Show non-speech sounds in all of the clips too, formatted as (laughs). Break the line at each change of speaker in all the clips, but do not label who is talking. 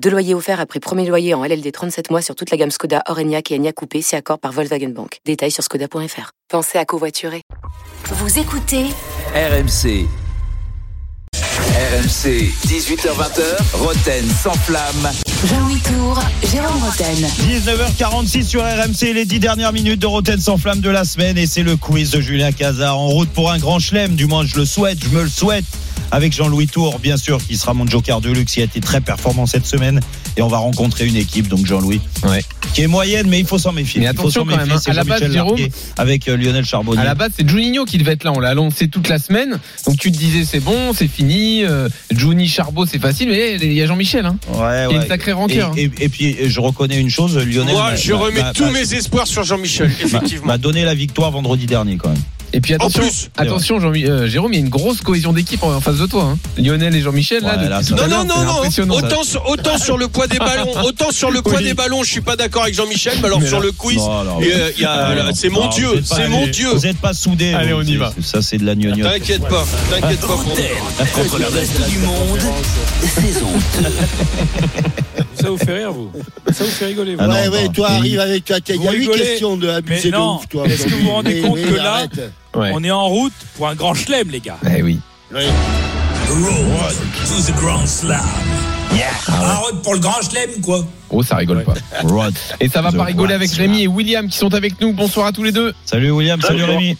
Deux loyers offerts après premier loyer en LLD 37 mois sur toute la gamme Skoda, Orenia et Enya Coupé, si accord par Volkswagen Bank. Détails sur skoda.fr. Pensez à covoiturer.
Vous écoutez
RMC. RMC, 18h20, Roten sans flamme.
Jean-Louis Tour, Jérôme Roten.
19h46 sur RMC, les 10 dernières minutes de Roten sans flamme de la semaine et c'est le quiz de Julien Cazard en route pour un grand chelem, du moins je le souhaite, je me le souhaite. Avec Jean-Louis Tour, bien sûr, qui sera mon joker de luxe, il a été très performant cette semaine et on va rencontrer une équipe, donc Jean-Louis,
Ouais.
qui est moyenne, mais il faut s'en méfier.
Mais
il faut
attention
s'en
quand même,
méfier,
hein.
c'est
À la base,
Jean-Michel
Jérôme-
Larquet avec euh, Lionel Charbonnier.
À la base, c'est Juninho qui devait être là. On l'a annoncé toute la semaine. Donc tu te disais, c'est bon, c'est fini. euh, Juni, Charbot, c'est facile. Mais il y a Jean-Michel. Hein.
Ouais,
Il y a
ouais.
une sacrée
Et,
rancœur. hein.
et- et puis euh, je reconnais une chose, Lionel.
Moi,
m'a-
je
m'a-
remets
m'a-
tous
m'a-
mes espoirs sur Jean-Michel, effectivement.
m'a donné la victoire vendredi dernier quand même.
Et puis attention,
En plus.
attention Jean euh, Jérôme, il y a une grosse cohésion d'équipe en, en face de toi. hein. Lionel et Jean-Michel, là,
Ouais,
depuis
là,
tout
ça-
à l'heure,
Non, non, non,
c'est
non.
impressionnant.
Autant, sur- autant sur le poids des ballons, autant sur le poids
Oui.
des ballons, je suis pas d'accord avec Jean-Michel, mais alors
Mais
sur
là-
le quiz,
Non, non,
il y a-
non,
il y a-
non,
c'est mon
non,
Dieu,
vous êtes pas
c'est mon
allés-
Dieu.
Vous n'êtes pas soudés.
Allez,
donc,
on y
c'est-
va.
c'est- Ça, c'est de la gnognotte.
T'inquiète pas, t'inquiète pas. pour moi.
contre le reste du monde, saison
Ça vous fait rire, vous Ça vous fait rigoler, vous
Ah non,
ouais, ouais,
non.
toi,
Et-
arrive avec toi. Il y a
Vous
huit
rigolez.
questions de abuser
Mais
de
non.
ouf, toi.
Est-ce que vous vous rendez
Mais-
compte
mais
que là-
arrête.
Ouais.
On est en route pour un grand chelem, les gars.
Eh oui.
Ah pour le grand chelem, quoi.
Oh, ça rigole pas.
Rod.
Et ça va
The
pas rigoler avec
Rats.
Rémi et William qui sont avec nous. Bonsoir à tous les deux.
Salut William, salut Rémi.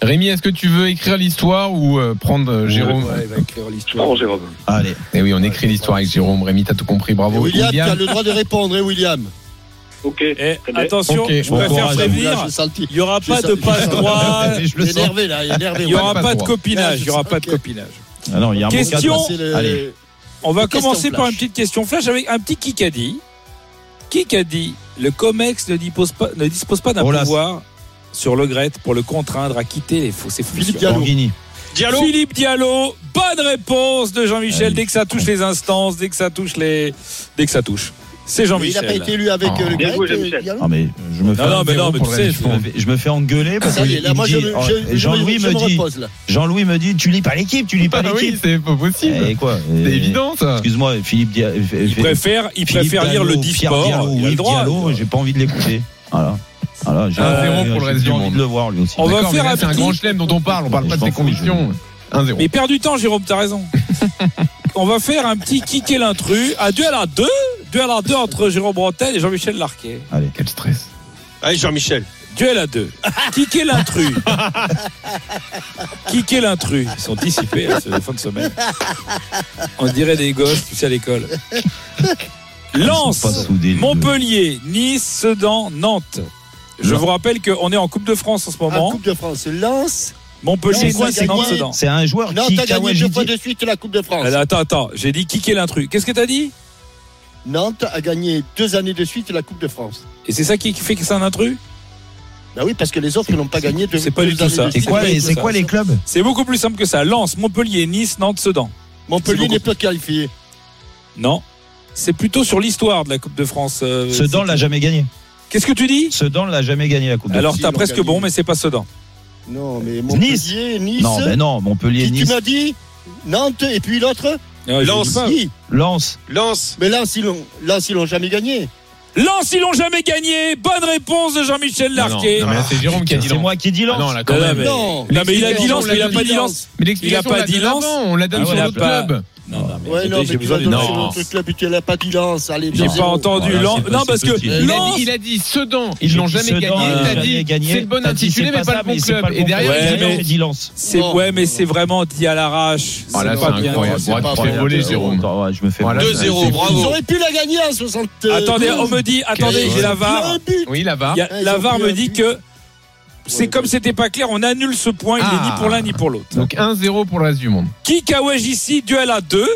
Rémi, est-ce que tu veux écrire l'histoire ou euh, prendre euh, Jérôme
Ouais, il va écrire l'histoire.
Allez,
Eh oui, on écrit l'histoire avec Jérôme. Rémi, t'as tout compris. Bravo.
William, tu as le droit de répondre, hein, William.
Et attention,
Ok,
je
bon
préfère
courage à vous,
prévenir,
Là, j'ai senti.
il n'y aura
Je
pas
sens-
de
je
passe
sens-
droit,
Je
Il
le
est
sens.
énervé, là, il est énervé.
il n'y aura
pas de
pas de
droit.
copinage, il
Je
n'y aura
sens
pas de
que-
copinage.
Ah non, il y a un
Question.
bon cadre.
C'est le-
Allez.
On va
Question
commencer par
flash.
une petite question flash avec un petit Kikadi. Kikadi, le COMEX ne dispose pas, ne dispose pas d'un
Oh là,
pouvoir sur le Gret pour le contraindre à quitter les faux- ses
Philippe
fonctions.
Diallo.
Borghini.
Diallo,
Philippe Diallo, bonne réponse de
Ah
Jean-Michel.
oui.
Dès que ça touche les instances, dès que ça touche les, dès que ça touche, c'est
Mais Il n'a pas
Jean-Michel.
été élu avec
Oh.
euh, le
Bien
grec, euh, Diallo
Non mais je me fais,
Non, non, mais non, mais
pour
tu
le
sais,
reste,
je me fais- je me fais engueuler parce
Ça y est,
que oh,
là, moi, je me- je- je-
Jean-Louis
je
me
me
dit,
repose, là.
Jean-Louis me dit, tu lis pas l'équipe, tu lis pas
Ah oui,
l'équipe.
c'est pas possible.
Et quoi
C'est
Eh,
évident ça.
Excuse-moi, Philippe Dia- F- F-
Il préfère, il
Philippe
préfère lire
Diallo,
le
Pierre Diallo,
Disport. Il a
oui,
le droit.
Diallo, j'ai pas envie de l'écouter. Voilà. Voilà, j'ai
Un
zéro pour le
j'ai
reste du
envie
monde.
de le voir lui aussi.
On va
D'accord,
faire
mais là,
un
C'est un
petit-
grand chelem dont on parle. On parle
Je
pas de
m'en
ses
fous, je-
convictions. 1-0.
Mais perds du temps, Jérôme,
(laughs)
t'as raison. On va faire un petit kicker l'intrus. Un duel à deux. Duel à deux entre Jérôme Brontel et Jean-Michel Larquet.
Allez.
Quel stress.
allez Jean-Michel.
Duel à deux. Kicker l'intrus. Kicker l'intrus. Ils sont dissipés
hein,
à ce fin de semaine. On dirait des gosses, tu sais,
(laughs)
à l'école.
Ils sont pas
Lance,
soudés, les deux.
Montpellier, Nice, Sedan, Nantes. Je
Non.
vous rappelle qu'on est en Coupe de France en ce
En
moment.
Ah, Coupe de France, Lance.
Montpellier,
C'est quoi,
Nice,
c'est
Nantes,
quoi
Sedan.
C'est un joueur
Non,
qui
t'as gagné
Kawajidi-
deux fois de suite la Coupe de France.
Attends, attends, j'ai dit kicker l'intrus. Qu'est-ce que t'as dit
Nantes a gagné deux années de suite la Coupe de France.
Et c'est ça qui fait que c'est un intrus
Bah oui, parce que les autres n'ont pas gagné deux
c'est pas
deux
du tout
années
ça.
de
C'est
suite.
quoi
C'est
les
tout
c'est
ça.
quoi les clubs
C'est beaucoup plus simple que ça. Lens, Montpellier, Nice, Nantes, Sedan.
Montpellier
C'est
n'est pas qualifié.
Non. C'est plutôt sur l'histoire de la Coupe de France. euh,
Sedan l'a jamais gagné.
Qu'est-ce que tu dis
Sedan l'a jamais gagné la Coupe de
Alors
Ils
t'as
l'ont
presque
gagné.
bon, mais c'est pas Sedan.
Non, mais Montpellier, Nice.
Non, mais non, Montpellier,
Qui tu
Nice,
m'as dit Nantes et puis l'autre
Euh, je
Lens.
dis pas.
Si.
Lens.
Lance.
Mais là, s'ils l'ont, là, s'ils l'ont jamais gagné.
Lens, ils l'ont jamais gagné. Bonne réponse de Jean-Michel
Non, non,
Larquet.
non, mais là, c'est Jérôme qui a dit
C'est
Lens.
moi qui dis
Ah
Lens.
non, là, quand
Non,
même.
mais-
non.
Non, mais il a
L'explication,
dit Lens,
on
mais il a
l'a
pas
dit
dit
Lens.
Lens.
Mais l'explication,
Il
on
a pas
la
dit
donne
Lens.
avant, on la
Ah,
donne sur
on l'a
l'autre
pas-
club.
Non, non, mais
Ouais,
attendez,
non,
j'ai
mais tu
besoin
l'as
de-
donné
Non.
sur l'autre club, et tu l'as pas dit Lens. Allez,
J'ai
bien
pas
sûr.
entendu
Voilà,
Lens.
c'est
Non,
pas-
parce
c'est
que
petit.
Il a,
Lens.
dit, il a dit Sedan,
J'ai
ils l'ont
dit
jamais
Sedan,
gagné.
euh,
T'as
jamais
dit,
gagné.
c'est le bon
T'as dit,
intitulé,
c'est
mais pas
ça,
le bon
c'est
club.
pas le
Et derrière,
club.
il dit
Lens,
Ouais,
Lens.
mais-
j'ai dit Lens.
C'est
Non.
ouais, mais c'est vraiment dit à l'arrache.
Ah, là,
c'est
c'est
pas bien.
incroyable.
c'est pas
Bravo, tu fais
vrai.
voler, Jérôme.
Attends, ouais, je me fais
Voilà,
mal.
2-0, bravo.
Ils auraient pu la gagner en 60.
Attendez, on me dit, attendez, j'ai la VAR.
Oui, la VAR.
Il y a-
Ah, ils
la
ont
VAR
pris
me
un
dit
but.
que c'est
Ouais,
comme
ouais.
c'était pas clair, on annule ce point, il est
Ah.
ni pour l'un ni pour l'autre.
Donc 1-0 pour le reste du monde.
Kika ici, duel à deux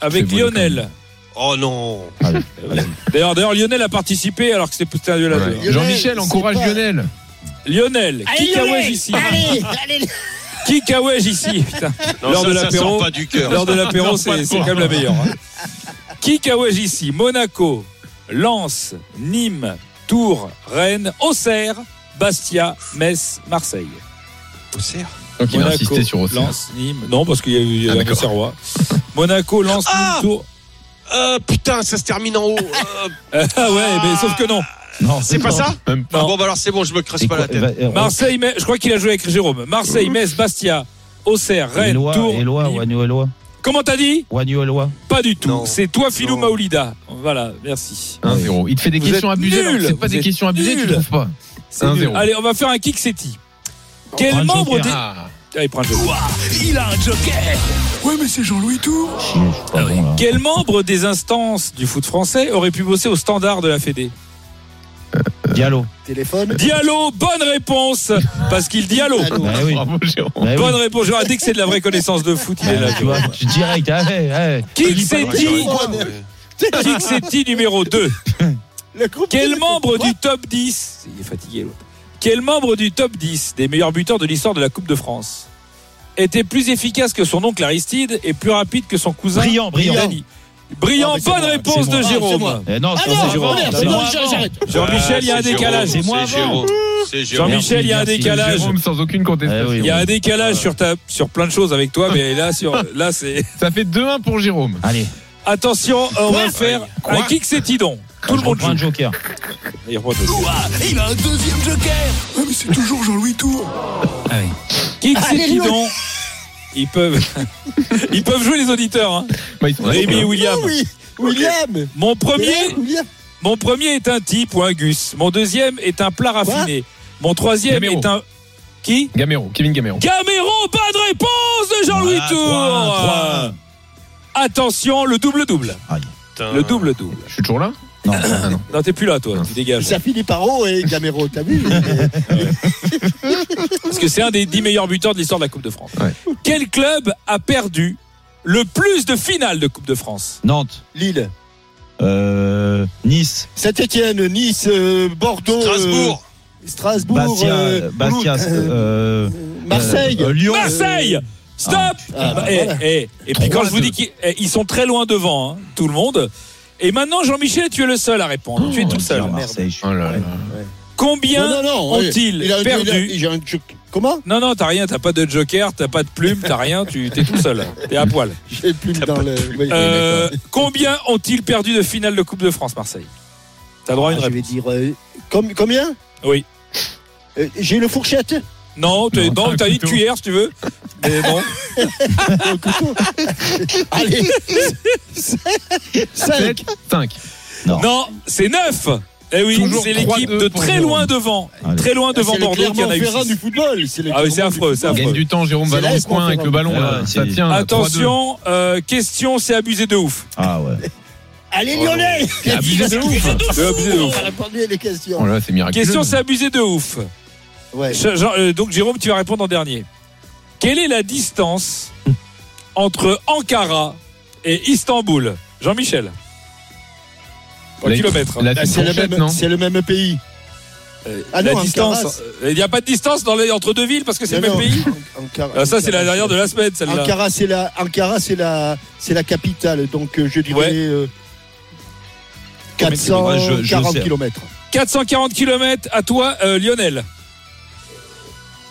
avec
C'est bon,
Lionel.
Oh non.
D'ailleurs, d'ailleurs, Lionel a participé alors que c'était un duel à deux.
Jean-Michel
c'est
encourage
pas-
Lionel.
Lionel, Kikawège ici.
Allez, allez.
Kikawège ici. Putain.
Non,
Lors
ça,
de
ça
l'apéro.
sort pas du cœur.
L'heure de l'apéro, c'est c'est quand même la meilleure. hein. Kikawège ici, Monaco, Lens, Nîmes, Tours, Rennes, Auxerre, Bastia, Metz, Marseille.
Auxerre.
Donc il a insisté sur Auxerre.
Lens, Nîmes. Non, parce qu'il y a eu il y a
Ah,
eu un
d'accord.
Auxerrois. Monaco, Lens,
Ah
Nîmes, Tours. (laughs)
Euh, putain, ça se termine en haut. Euh,
Ah ouais, mais sauf que non.
Non,
c'est pas ça
Même pas.
Ah
Non.
Bon, bah alors c'est bon, je me crasse
Et
pas
quoi-
la tête.
et va- et-
Marseille, Metz- je crois qu'il a joué avec Jérôme. Marseille, Metz, Bastia, Auxerre, Rennes,
Eloi,
Tours.
Eloi,
Nîmes.
Wagnou Eloi.
Comment t'as dit
Wagnou Eloi.
Pas du tout.
Non.
C'est toi, Philou
Non.
Maoulida. Voilà, merci.
1-0. Il te fait des
Vous
questions
êtes
abusées. alors que
nuls.
C'est pas
Vous
des
êtes
questions abusées, tu
nuls.
trouves pas.
C'est nul.
1-0.
Allez, on va faire un kick Seti. Quel
prend un
membre
joker.
des.
Ah.
Ah, il prend un joker.
Il a un joker Ouais, mais c'est Jean-Louis Tour
Chier, je suis pas bon, là.
Quel membre des instances du foot français aurait pu bosser au standard de la Fédé Euh,
Diallo.
Téléphone.
Diallo, bonne réponse Parce qu'il Diallo.
Allô.
Bah oui.
Bravo, Jérôme.
Bah oui. Euh,
Bonne réponse. Genre, dès que c'est de la vraie connaissance de foot, il est là.
tu vois, je suis direct. Ah, ouais, ouais.
Kick Seti, kick Seti numéro 2.
Le groupe
Quel membre du top 10 Il est fatigué l'autre. Quel membre du top 10 des meilleurs buteurs de l'histoire de la Coupe de France était plus efficace que son oncle Aristide et plus rapide que son cousin
Brillant, brillant.
Dany Brillant,
Ah, mais c'est
bonne
moi,
réponse
c'est moi.
de
Ah, c'est
Jérôme.
moi.
Eh non,
Ah
c'est
non,
pas
c'est Jérôme.
merde, c'est bon, j'arrête, j'arrête.
Jean-Michel, il y a un décalage.
C'est moi avant.
Jérôme. C'est Jérôme.
Jean-Michel, il y a un
Merci,
décalage.
Jérôme sans aucune
Eh oui.
contestation.
Il y a un décalage sur, ta, sur plein de choses avec toi, mais là, sur, là c'est. (laughs)
Ça fait 2-1 pour Jérôme.
Allez,
Attention, on va faire
Quoi
un kick, c'est Tidon.
je
Tout le monde
reprends un
joue.
joker.
Il reprend le jeu.
Ah, Il a un deuxième joker Ouais, mais c'est toujours Jean-Louis Tour
Kick, c'est Tidon. Ils peuvent, (laughs) ils peuvent jouer les auditeurs. Hein.
Bah, ils sont
Rémi et
d'accord.
William.
Oui, William.
Mon premier,
William, William.
Mon premier est un type ou un gus. Mon deuxième est un plat raffiné. Mon troisième
Gamero.
est un. Qui
Gamero, Kevin Gamero.
Gamero, bonne réponse de Jean-Louis oh,
Voilà,
Tour
trois, trois.
Attention, le double-double.
Putain.
Le double-double.
Je suis toujours là
Non, t'es plus là, toi, tu dégages.
Ça finit par O et Gamero, t'as vu Mais
Parce que c'est un des dix meilleurs buteurs de l'histoire de la Coupe de France.
Ouais.
Quel club a perdu le plus de finales de Coupe de France
Nantes.
Lille,
Euh, nice.
Saint-Etienne, Nice, euh, Bordeaux, euh,
Strasbourg.
Strasbourg,
Bastia.
euh,
euh, Bastia.
Toulouse,
euh,
euh, Marseille.
euh, Lyon.
Marseille Stop
Ah, bah,
Eh,
voilà.
eh, Et puis quand je vous dis qu'ils eh, ils sont très loin devant, hein, tout le monde. Et maintenant, Jean-Michel, tu es le seul à répondre. tu es tout le seul.
Marseille, je suis-
Oh là là.
Combien
Non, non, non, ouais.
ont-ils
Il a- il a-
perdu
il a un truc- Comment
Non, non, t'as rien, t'as pas de joker, t'as pas de plume, t'as rien, tu t'es tout seul, t'es à poil.
J'ai plus dans le. Oui,
Euh, combien ont-ils perdu de finale de Coupe de France, Marseille T'as droit à une
je
réponse.
vais dire. euh, com- combien
Oui.
Euh, J'ai une fourchette.
Non, t'es-
Non,
non,
un
t'as dit
couteau.
cuillère si tu veux. Mais non.
Euh,
(laughs)
Allez. 5.
5.
Non, c'est 9 Eh oui,
Toujours
c'est l'équipe
3-2
de
pour
très
Jérôme.
loin devant.
Allez.
Très loin
Ah,
devant
C'est le
Bordeaux qui en
Clermont
a eu
Ferrand
six.
du football. le
Ah oui, c'est
Clermont
affreux,
du
c'est
football.
affreux.
Gagne du temps, Jérôme,
C'est
va dans
là,
le
est-ce qu'on
coin
fait
avec le ballon.
vraiment
là. Ça
Ouais, c'est-
tient. là, 3-2.
Attention, euh, question, c'est abusé de ouf.
Ah ouais.
Allez, Lyonnais
Abusé de ouf.
C'est abusé de
On
ouf.
va répondre à les questions.
Oh là, c'est miraculeux.
Question, c'est abusé de ouf.
Ouais.
Je- Jean- euh, donc Jérôme, tu vas répondre en dernier. Quelle est la distance entre Ankara et Istanbul Jean-Michel. En
La-
kilomètres.
la-
Ah, C'est le,
fourchette, non
même- c'est le même pays.
Euh,
ah
la
non, Ankara,
distance.
c'est-
euh, Il n'y a pas de distance dans les- entre deux villes parce que c'est le
Non,
même
non,
pays.
Ankara-
Ah, ça, c'est la
Ankara,
dernière de la semaine, celle-là.
Ankara, c'est la, Ankara, c'est la, c'est la capitale. Donc, euh, je dirais
Ouais.
euh,
Ouais, je- je
440
sais.
km.
440 km à toi, euh, Lionel.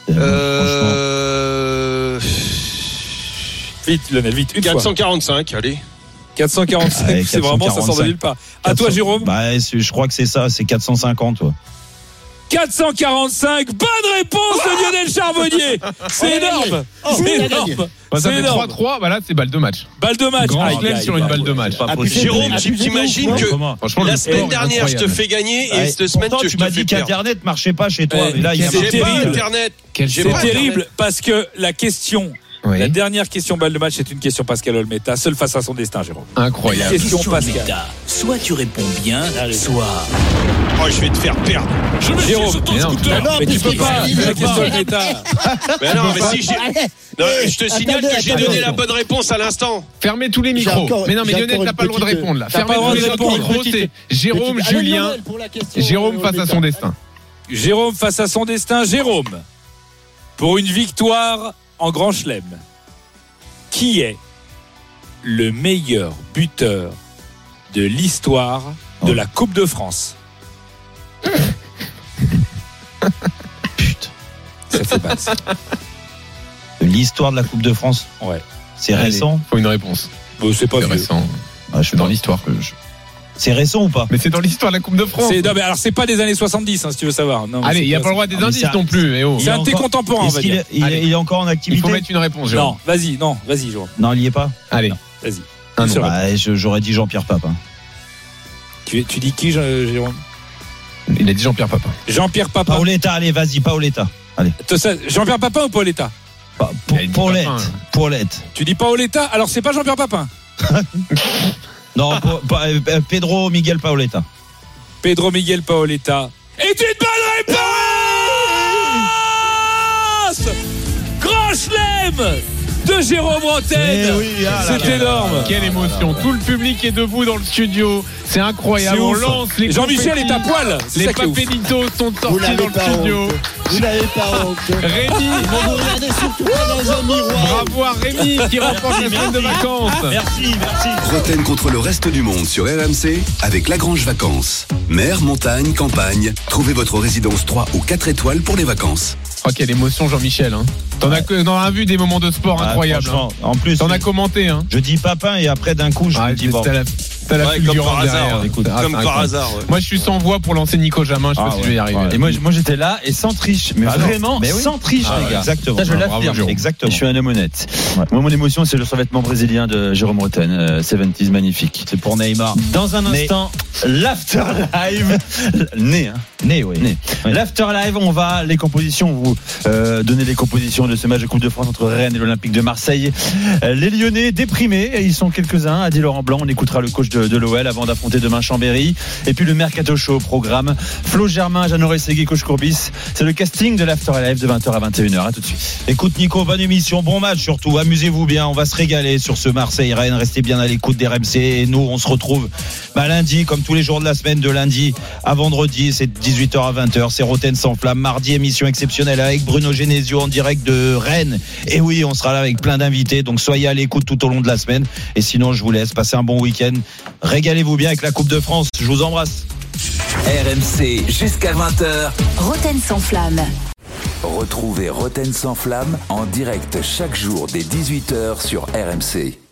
Franchement.
Euh.
Vite, Lionel, vite. Une fois.
445, allez.
445,
Ouais,
c'est vraiment, ça sort de
445.
nulle part. À toi, Jérôme.
Bah, c'est- je crois que c'est ça, c'est 450. ouais.
445, bonne réponse
Ah
de Lionel Charbonnier. C'est énorme.
Oh,
C'est énorme.
Bah, ça
C'est
fait
énorme.
3-3. Bah là, c'est balle de match.
Balle de match. Ah,
Grand
Aïe,
chelem
aïe,
sur une
aïe.
balle de match.
Pas
Abusé-
possible.
Jérôme, tu-
abusé de ouf,
t'imagines
ouais.
que
Comment
Franchement,
La
Oh, le
semaine
score est
dernière, je te
incroyable.
fais gagner et
Ouais,
cette semaine,
pourtant,
tu,
tu
je te
m'as
fais
dit
perdre.
qu'Internet marchait pas chez toi.
Ouais,
mais là, il y a
c'est
marché.
J'ai pas
terrible.
Internet.
Quel
J'ai
C'est
pas
terrible parce que la question,
Oui.
la dernière question balle de match, c'est une question Pascal Olmeta, seul face à son destin, Jérôme.
Incroyable.
Question Pascal.
Soit tu réponds bien, soit.
Oh, je vais te faire perdre.
Jérôme,
Mais non,
Ah
tout à l'heure.
mais tu peux pas,
Il
la
veut
question
pas.
Olmeta.
Mais non, mais si, j'ai-
Allez,
Non,
eh,
je te signale
attendez,
que j'ai
attendez.
donné la bonne réponse à l'instant.
Fermez tous les
J'ai
micros.
encore-
mais non, mais
j'ai
Lionel,
encore
t'as
une
pas le droit de
petite-
répondre là.
T'as
Fermez
pas le
tous
droit
les
de
autres micros.
répondre.
C'est Jérôme,
Allez,
Julien.
Noël, pour la question,
Jérôme
euh,
face à son destin.
Jérôme face à son destin. Jérôme, pour une victoire en Grand Chelem, qui est le meilleur buteur de l'histoire de la Coupe de France Putain. Ça fait mal. ça.
L'histoire de la Coupe de France,
Ouais.
c'est
Allez.
récent.
Faut une réponse.
Bon, c'est pas
C'est
vieux.
récent.
Ah, je
C'est dans l'histoire que je.
C'est récent ou pas
Mais c'est dans l'histoire de la Coupe de France.
C'est- non, mais alors c'est pas des années 70 hein, si tu veux savoir. Non, mais
Allez,
c'est
il n'y a pas le droit
Ah,
des
mais
indices
ça-
non plus. eh oh.
C'est un de tes
Il est encore-
contemporains, on
Est-ce
va
qu'il
dire.
est, il est-
Allez.
il est encore en
Il faut
activité
mettre une réponse, Jérôme.
Non, vas-y, non, vas-y, Jérôme.
Non, il n'y est pas.
Allez.
Vas-y.
Un
Sur-
nom.
Bah, je- J'aurais dit Jean-Pierre Papin.
Tu, tu dis qui, Jean- Jérôme
Il a dit Jean-Pierre Papin.
Jean-Pierre Papin.
Paoletta, allez, vas-y, Paoletta.
Toi, ça- Jean-Pierre Papin ou Paoletta
Pa-
Il a dit
Paulette.
Papin.
Paulette.
Tu dis Paoletta, alors c'est pas Jean-Pierre Papin.
(laughs)
Non, Pa- Pa- euh, Pedro Miguel Paoletta.
Pedro Miguel Paoletta. Et une bonne réponse Grand chelem de Jérôme
Eh
Rotten
oui, ah là là.
C'est énorme
Quelle émotion. Tout le public est debout dans le studio. C'est incroyable.
C'est
On
ouf.
lance les
Jean-Michel
confettis.
est à poil C'est
Les
ça qui est ouf.
papélitos sont
Vous
sortis dans
n'avez
le
pas
studio.
honte. Vous n'avez pas honte.
Rémi,
Vous vous regardez surtout pas dans un miroir.
bravo à Rémi qui remporte la semaine de vacances.
Merci, merci.
Roten contre le reste du monde sur RMC avec Lagrange Vacances. Mer, montagne, campagne, trouvez votre résidence 3 ou 4 étoiles pour les vacances.
Oh, quelle émotion, Jean-Michel. Hein. T'en as, que- t'en as vu des moments de sport
Ah,
incroyables.
franchement,
hein.
En plus,
T'en as commenté. Hein.
je dis Papin et après d'un coup, je
Ah,
me dis bon.
T'as la, t'as la
Ouais, comme
fulgurance
par hasard,
derrière.
hein, écoute.
Ah, c'est
Comme par
incroyable.
hasard,
Moi, je suis sans voix pour lancer Nico Jamin. Je sais
Ah
pas si je
ouais,
vais y arriver.
ouais.
Et moi, moi j'étais là et sans triche, mais
Ah non.
vraiment
Mais oui.
sans triche,
Ah
les
ouais.
gars.
Exactement.
Ça, je
Ah,
bravo,
l'affirme.
Jérôme.
Exactement.
Je suis un homme honnête.
Ouais.
Moi, mon émotion, c'est le survêtement brésilien de Jérôme Roten, euh, 70s magnifique.
C'est pour Neymar.
Dans un
Mais-
instant,
(laughs)
l'afterlive. Né, hein.
Né, oui.
Né.
Ouais.
L'afterlive, on va les compositions, vous euh, donner les compositions de ce match de Coupe de France entre Rennes et l'Olympique de Marseille. Euh, Les Lyonnais déprimés, et ils sont quelques-uns, a dit Laurent Blanc. On écoutera le coach de, de l'OL avant d'affronter demain Chambéry. Et puis le Mercato Show au programme. Flo Germain, Jeannot Segui, coach Courbis. C'est le casting de l'afterlive de 20h à 21h. À tout de suite.
Écoute Nico, bonne émission, bon match surtout, amusez-vous bien, on va se régaler sur ce Marseille-Rennes, restez bien à l'écoute des RMC et nous on se retrouve bah, lundi comme tous les jours de la semaine, de lundi à vendredi, c'est 18h à 20h, c'est Roten sans flamme, mardi émission exceptionnelle avec Bruno Genesio en direct de Rennes et oui on sera là avec plein d'invités donc soyez à l'écoute tout au long de la semaine et sinon je vous laisse, passez un bon week-end, régalez-vous bien avec la Coupe de France, je vous embrasse
RMC jusqu'à 20h.
Roten sans flamme.
Retrouvez Roten sans flamme en direct chaque jour dès 18h sur RMC.